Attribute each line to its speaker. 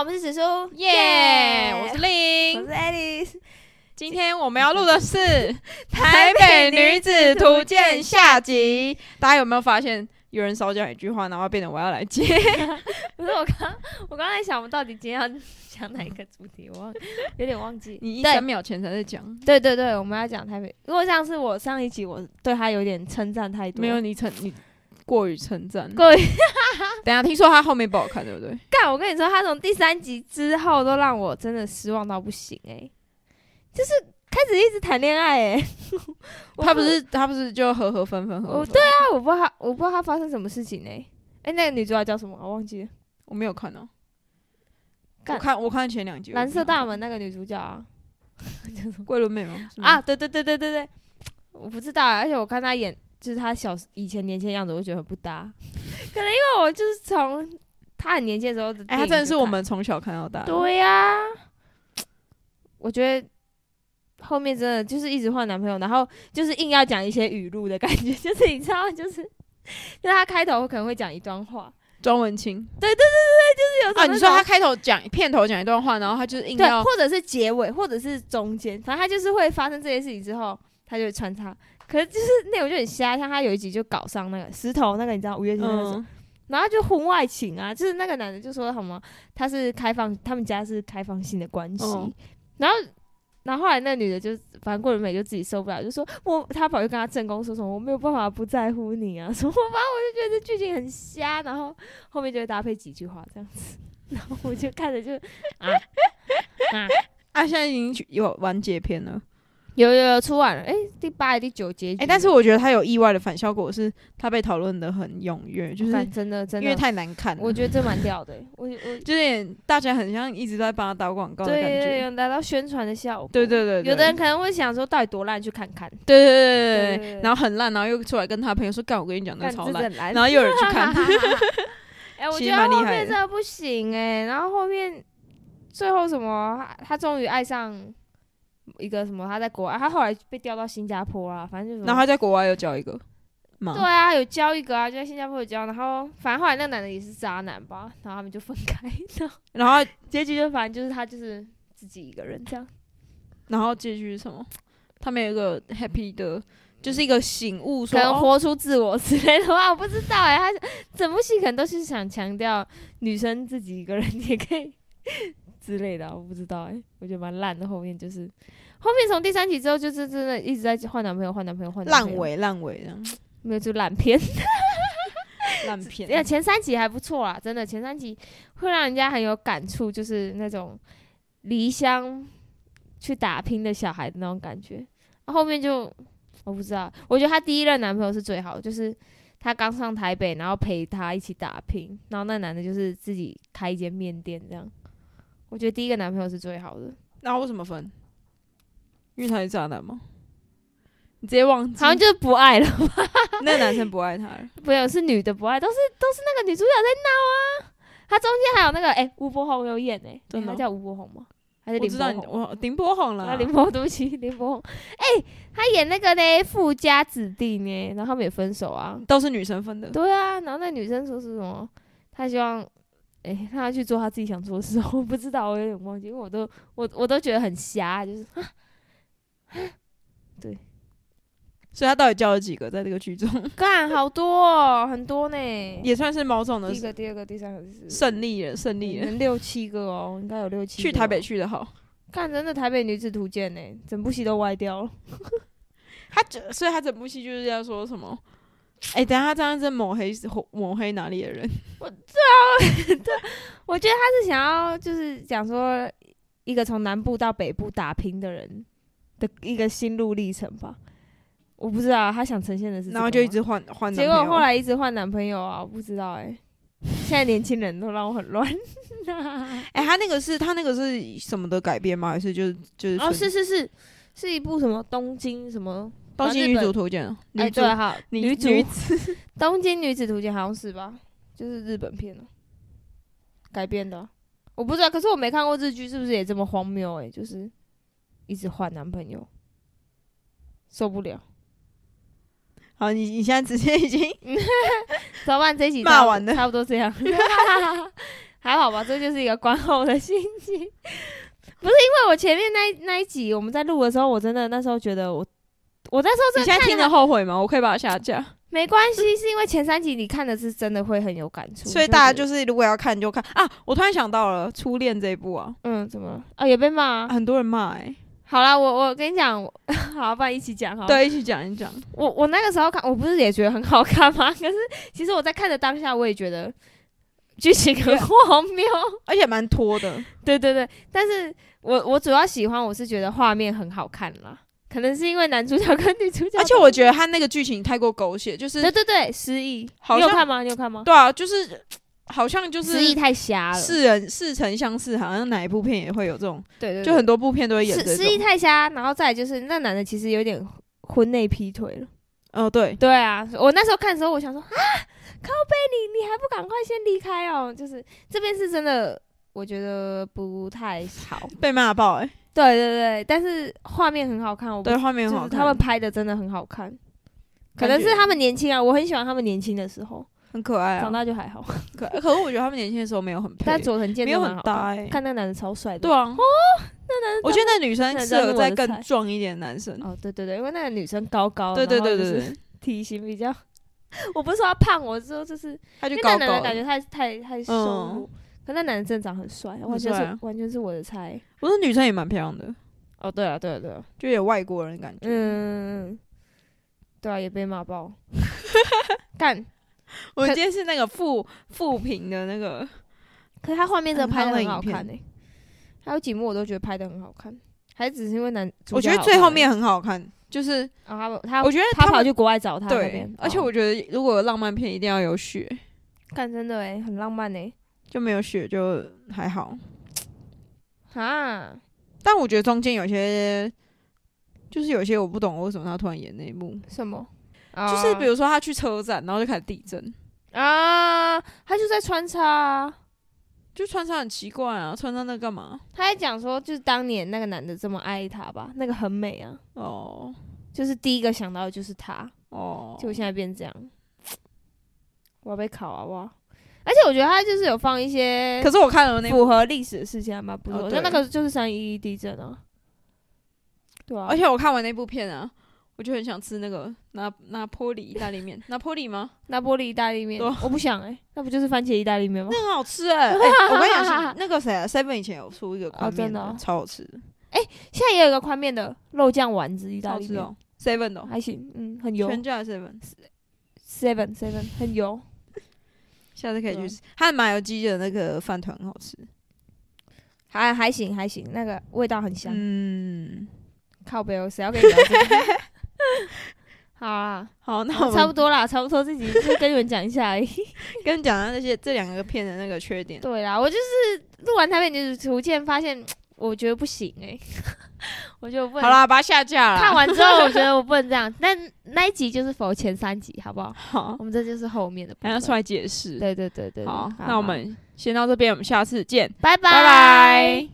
Speaker 1: 我们是紫苏，
Speaker 2: 耶！我是
Speaker 1: 我
Speaker 2: 令
Speaker 1: 是，Alice，
Speaker 2: 今天我们要录的是《台北女子图鉴》下集。大家有没有发现，有人少讲一句话，然后变成我要来接？
Speaker 1: 不是我刚我刚才想，我们到底今天要讲哪一个主题，我忘有点忘记。
Speaker 2: 你一
Speaker 1: 对
Speaker 2: 三秒前才在讲，
Speaker 1: 对对对，我们要讲台北。如果上次我上一集我对他有点称赞太多，
Speaker 2: 没有你称你过于称赞。
Speaker 1: 哎过于
Speaker 2: 等一下听说他后面不好看，对不对？
Speaker 1: 干。我跟你说，他从第三集之后都让我真的失望到不行哎、就是开始一直谈恋爱哎、我
Speaker 2: 他不是他不是就和和分分合合
Speaker 1: 我
Speaker 2: 分？对啊，
Speaker 1: 啊，我不知道他我不知道他发生什么事情哎、哎、那个女主角叫什么？我忘记了，
Speaker 2: 我没有看哦。
Speaker 1: 干
Speaker 2: 我看我看前两集，
Speaker 1: 蓝色
Speaker 2: 我没有
Speaker 1: 大
Speaker 2: 看
Speaker 1: 门那个女主角啊。
Speaker 2: 桂纶镁吗？是吗
Speaker 1: 啊，，对对对对对对，我不知道啊，而且我看他演，就是他小时以前年轻的样子，我就觉得很不搭。 可能因为我就是从他很年轻的时候的，
Speaker 2: 哎，他真的是我。们从小看到大。
Speaker 1: 对呀、我觉得后面真的就是一直换男朋友，然后就是硬要讲一些语录的感觉， 就是你知道，就是 就是他开头可能会讲一段话，
Speaker 2: 庄文清
Speaker 1: 就是有时候
Speaker 2: 啊，你
Speaker 1: 那
Speaker 2: 说
Speaker 1: 种
Speaker 2: 他开头讲片头讲一段话，然后他就是硬
Speaker 1: 对，
Speaker 2: 要
Speaker 1: 或者是结尾，或者是中间，反正他就是会发生这些事情之后，他就会穿插。可是就是内容就很瞎，像他有一集就搞上那个石头那个，你知道五月天那个时候，
Speaker 2: 嗯，
Speaker 1: 然后就婚外情啊，就是那个男的就说什么他是开放，他们家是开放性的关系，
Speaker 2: 嗯
Speaker 1: 然后。然后后来那女的就，反正郭美美就自己受不了，就说我她跑去跟他正宫说什么我没有办法不在乎你啊 什么，反正我就觉得这剧情很瞎，然后后面就会搭配几句话这样子， 然后我就看着就啊啊，
Speaker 2: 啊，现在已经去有完结篇了。
Speaker 1: 有有有出完了，哎、第八、第九结局
Speaker 2: 哎、
Speaker 1: 了，
Speaker 2: 但是我觉得它有意外的反效果，是它被讨论的很踊跃，就是
Speaker 1: 干真的真
Speaker 2: 因为
Speaker 1: 的，
Speaker 2: 太难看了，
Speaker 1: 我觉得这蛮屌的、我我
Speaker 2: 就有点大家很像一直在帮他打广告的
Speaker 1: 对
Speaker 2: 感
Speaker 1: 对，
Speaker 2: 觉。
Speaker 1: 有达到宣传的效果。
Speaker 2: 对对对，对
Speaker 1: 有的人可能会想说，到底多烂去看看，
Speaker 2: 对对对对
Speaker 1: 对对
Speaker 2: 对
Speaker 1: 对
Speaker 2: 对，然后很烂，然后又出来跟他朋友说：“干，我跟你讲，那
Speaker 1: 看这
Speaker 2: 个超烂。
Speaker 1: 很”烂。
Speaker 2: 然后又有人去看，
Speaker 1: 哎、我
Speaker 2: 其
Speaker 1: 觉
Speaker 2: 实
Speaker 1: 得
Speaker 2: 蛮厉
Speaker 1: 后
Speaker 2: 害
Speaker 1: 面
Speaker 2: 的
Speaker 1: 真的不行哎、然后后面最后什么，他他终于爱上一个什么，他在国外，他后来被调到新加坡啊，反正就是什么
Speaker 2: 然后他在国外又交一 个嘛，
Speaker 1: 对啊，有交一个啊，就在新加坡有交，然后反正后来那个男的也是渣男吧，然后他们就分开，然后
Speaker 2: 然后
Speaker 1: 结局就反正就是他就是自己一个人这样。
Speaker 2: 然后结局是什么？他们有一个 happy 的，就是一个醒悟
Speaker 1: 可
Speaker 2: 说，
Speaker 1: 能
Speaker 2: 哦
Speaker 1: 活出自我之类的吧，我不知道哎、他整部戏可能都是想强调女生自己一个人也可以之类的啊、我不知道哎、我觉得蛮烂的。后面就是后面从第三集之后，就是真的一直在换男朋友、换男朋友、换男朋
Speaker 2: 烂
Speaker 1: 友，
Speaker 2: 尾烂尾这 样，
Speaker 1: 没有就烂片。
Speaker 2: 烂
Speaker 1: 哎呀，
Speaker 2: 片。
Speaker 1: 前三集还不错啊，真的前三集会让人家很有感触，就是那种离乡去打拼的小孩的那种感觉。啊后面就我不知道，我觉得她第一任男朋友是最好的，就是她刚上台北，然后陪她一起打拼，然后那男的就是自己开一间面店这样。我觉得第一个男朋友是最好的，
Speaker 2: 然后为什么分？因为他是渣男吗？你直接忘记
Speaker 1: 好，像就是不爱了，
Speaker 2: 那个男生不爱他了。
Speaker 1: 没有是女的不爱，都是都是那个女主角在闹啊。她中间还有那个哎，吴、伯宏有演哎、欸，
Speaker 2: 真的
Speaker 1: 她
Speaker 2: 哦
Speaker 1: 叫吴伯宏吗？还是
Speaker 2: 我
Speaker 1: 林
Speaker 2: 知
Speaker 1: 柏
Speaker 2: 道你
Speaker 1: 宏？
Speaker 2: 我林柏宏
Speaker 1: 啊，
Speaker 2: 了，
Speaker 1: 林柏宏，对不起，林柏宏，哎、他演那个呢，富家子弟呢，然后他们也分手啊。
Speaker 2: 都是女生分的。
Speaker 1: 对啊，然后那女生说是什么？她希望，哎、让他去做他自己想做的事。 我不知道，我有点忘记，因为我都我我都觉得很瞎， 就是啊
Speaker 2: 所以他到底交了几个在这个 剧中，
Speaker 1: 干好多、哦，很多呢。
Speaker 2: 也算是某种的
Speaker 1: 第一个、第二个、第三个、第四个，
Speaker 2: 胜利人，胜利
Speaker 1: 可
Speaker 2: 人。
Speaker 1: 能六七个哦，应该有六七个
Speaker 2: 去
Speaker 1: 哦。
Speaker 2: 台北去的好，
Speaker 1: 看，真的《台北女子图鉴》呢，整部戏都歪掉了。
Speaker 2: 他整所以他整部戏就是要说什么？哎、等一下他这样子抹黑抹黑哪里的人？
Speaker 1: 我觉得他是想要就是讲说一个从南部到北部打拼的人的一个心路历程吧。我不知道他想呈现的是这个吗，
Speaker 2: 然后就一直换换男
Speaker 1: 结
Speaker 2: 朋友。
Speaker 1: 果后来一直换男朋友啊，我不知道哎、现在年轻人都让我很乱。
Speaker 2: 哎、他那个是他那个是什么的改编吗？还是就是就是
Speaker 1: 哦，
Speaker 2: 纯
Speaker 1: 是是是，是一部什么东京什么？
Speaker 2: 东
Speaker 1: 啊
Speaker 2: 京
Speaker 1: 日
Speaker 2: 女
Speaker 1: 本
Speaker 2: 主图鉴？
Speaker 1: 哎，
Speaker 2: 女主、
Speaker 1: 对，哈，
Speaker 2: 女
Speaker 1: 女主
Speaker 2: 女
Speaker 1: 东京女子图鉴》好像是吧？就是日本片了，啊改编的啊、我不知道。可是我没看过日剧，是不是也这么荒谬、欸？哎，就是一直换男朋友，受不了。
Speaker 2: 好，你你现在直接已经
Speaker 1: 早晚这一集
Speaker 2: 骂完了
Speaker 1: 差不多差不多这样。 还好吧，这就是一个观后的心情。不是因为我前面那一那一集我们在录的时候，我真的那时候觉得我，我那时候真
Speaker 2: 你
Speaker 1: 的
Speaker 2: 现在
Speaker 1: 看
Speaker 2: 听了后悔吗？我可以把它下架。
Speaker 1: 没关系，是因为前三集你看的是真的会很有感触，
Speaker 2: 所以大家
Speaker 1: 是
Speaker 2: 就是如果要看就看啊！我突然想到了《初恋》这一部啊，
Speaker 1: 嗯，怎么了？啊，也被骂啊、
Speaker 2: 很多人骂哎、
Speaker 1: 好啦，我我跟你讲， 我好，不然一起讲好了。
Speaker 2: 对，一起讲一讲。
Speaker 1: 我我那个时候看，我不是也觉得很好看吗？ 可是其实我在看的当下，我也觉得剧情很荒 谬。
Speaker 2: 而且蛮拖的，
Speaker 1: 对对对，但是我我主要喜欢，我是觉得画面很好看啦，可能是因为男主角跟女主角，
Speaker 2: 而且我觉得他那个剧情太过狗血，就是
Speaker 1: 对对对失忆，
Speaker 2: 好
Speaker 1: 你有
Speaker 2: 像
Speaker 1: 看吗？你有看吗？
Speaker 2: 对啊，就是好像就是
Speaker 1: 失忆太瞎了，
Speaker 2: 似人似曾相识，好像哪一部片也会有这种，
Speaker 1: 对对对，
Speaker 2: 就很多部片都会演
Speaker 1: 失
Speaker 2: 这
Speaker 1: 失忆
Speaker 2: 种。
Speaker 1: 太瞎，然后再来就是那男的其实有点婚内劈腿了。
Speaker 2: 哦，对，
Speaker 1: 对啊，我那时候看的时候，我想说啊，靠背你你还不赶快先离开哦！就是这边是真的，我觉得不太好。
Speaker 2: 被骂爆哎、
Speaker 1: 对对对，但是画面很好看，我不
Speaker 2: 对，画面
Speaker 1: 就
Speaker 2: 很
Speaker 1: 是
Speaker 2: 好看，
Speaker 1: 他们拍的真的很好看，可
Speaker 2: 感
Speaker 1: 能是
Speaker 2: 觉
Speaker 1: 他们年轻啊，我很喜欢他们年轻的时候，
Speaker 2: 很可爱
Speaker 1: 长
Speaker 2: 啊。
Speaker 1: 大就还好。
Speaker 2: 可可是我觉得他们年轻的时候没有很配
Speaker 1: 但，佐藤健
Speaker 2: 没有
Speaker 1: 真的
Speaker 2: 很
Speaker 1: 好
Speaker 2: 搭
Speaker 1: 看
Speaker 2: 欸
Speaker 1: 看那男的超帅的。
Speaker 2: 对啊。哦，那我觉得那女生
Speaker 1: 那
Speaker 2: 适
Speaker 1: 真
Speaker 2: 合
Speaker 1: 是我
Speaker 2: 再
Speaker 1: 的菜
Speaker 2: 更壮一点的男生。
Speaker 1: 哦，对对对，因为那个女生高高，
Speaker 2: 对对
Speaker 1: 然后
Speaker 2: 对
Speaker 1: 就
Speaker 2: 对
Speaker 1: 是
Speaker 2: 对，
Speaker 1: 体型比较， 我不是说他胖，我是说就是
Speaker 2: 他就
Speaker 1: 因为
Speaker 2: 高
Speaker 1: 那
Speaker 2: 高
Speaker 1: 男的感
Speaker 2: 的。嗯
Speaker 1: 觉太太太瘦弱，可那男的真的长很帅，完全
Speaker 2: 帅
Speaker 1: 是
Speaker 2: 啊
Speaker 1: 完全是我的菜。
Speaker 2: 我说女生也蛮漂亮的，
Speaker 1: 哦，对啊，对啊，对啊，
Speaker 2: 就有外国人的感觉。
Speaker 1: 嗯，对啊，也被骂爆。 干，
Speaker 2: 我
Speaker 1: 可
Speaker 2: 今天是那个复复评的那个，
Speaker 1: 可是他画面真的拍的很好
Speaker 2: 很夯的
Speaker 1: 看
Speaker 2: 嗯影
Speaker 1: 呢、还有几幕我都觉得拍的很好看，还是只是因为男主
Speaker 2: 我
Speaker 1: 角好
Speaker 2: 觉
Speaker 1: 看而已，
Speaker 2: 得最后面很好看，就是
Speaker 1: 啊、他他
Speaker 2: 我觉得
Speaker 1: 他
Speaker 2: 们
Speaker 1: 跑去国外找他那
Speaker 2: 对
Speaker 1: 边，，
Speaker 2: 而且
Speaker 1: 哦
Speaker 2: 我觉得如果有浪漫片一定要有雪，
Speaker 1: 干真的哎、很浪漫哎、
Speaker 2: 就没有雪就还好。
Speaker 1: 哈，
Speaker 2: 但我觉得中间有些，就是有些我不懂为什么他突然演那一幕，
Speaker 1: 什么？啊
Speaker 2: 就是比
Speaker 1: 如
Speaker 2: 如说他去车站，然后就开始地震，
Speaker 1: 啊，他就在穿插、啊。
Speaker 2: 就穿插很奇怪啊，穿插那干嘛？
Speaker 1: 他还讲说，就是当年那个男的这么爱她吧，那个很美啊，
Speaker 2: 哦
Speaker 1: 就是第一个想到的就是他，
Speaker 2: 哦，
Speaker 1: 结果现在变这样，我要被考啊哇！而且我觉得他就是有放一些
Speaker 2: 可是我看了那部，
Speaker 1: 符合历史的事情，还蛮不错
Speaker 2: 哦
Speaker 1: 的。
Speaker 2: 对
Speaker 1: 那、那个就是三一一地震啊，对啊，
Speaker 2: 而且我看完那部片啊，我就很想吃那个拿拿坡里意大利面， 拿坡里吗？
Speaker 1: 拿玻璃意大利面
Speaker 2: 对，
Speaker 1: 我不想哎、那不就是番茄意大利面吗？
Speaker 2: 那很好吃 哎、欸我跟你讲，那个谁啊，Seven 以前有出一个宽面
Speaker 1: 哦真的哦
Speaker 2: 超好吃的，
Speaker 1: 现在也有一个宽面的肉酱丸子意
Speaker 2: 超
Speaker 1: 大
Speaker 2: 好
Speaker 1: 利
Speaker 2: 吃
Speaker 1: 面，
Speaker 2: 哦，Seven 的哦、
Speaker 1: 还行，嗯，很油
Speaker 2: 全家的 Seven，
Speaker 1: ，seven seven 很油。
Speaker 2: 下次可以去
Speaker 1: 对啊
Speaker 2: 吃。还有麻油鸡的那个饭团很好吃，
Speaker 1: 还还行还行，那个味道很香。
Speaker 2: 嗯，
Speaker 1: 靠背哦，谁要跟你聊这 个？好啊，
Speaker 2: 好，那我
Speaker 1: 差不
Speaker 2: 们
Speaker 1: 多啦，差不多自己就跟你们讲一下而已。
Speaker 2: 跟你讲一下那些这两个片的那个缺 点。
Speaker 1: 对啦，我就是录完台北女子图鉴，发现我觉得不行哎、 我觉得我不能。
Speaker 2: 好，啦，把它下架了。
Speaker 1: 看完之后我觉得我不能这样。 但那一集就是否前三集，好不好？
Speaker 2: 好，
Speaker 1: 我们这就是后面的部
Speaker 2: 还要
Speaker 1: 分。
Speaker 2: 出来解释。
Speaker 1: 对对对对，对
Speaker 2: 好，那我们先到这边，我们下次见，
Speaker 1: 拜拜
Speaker 2: 拜拜。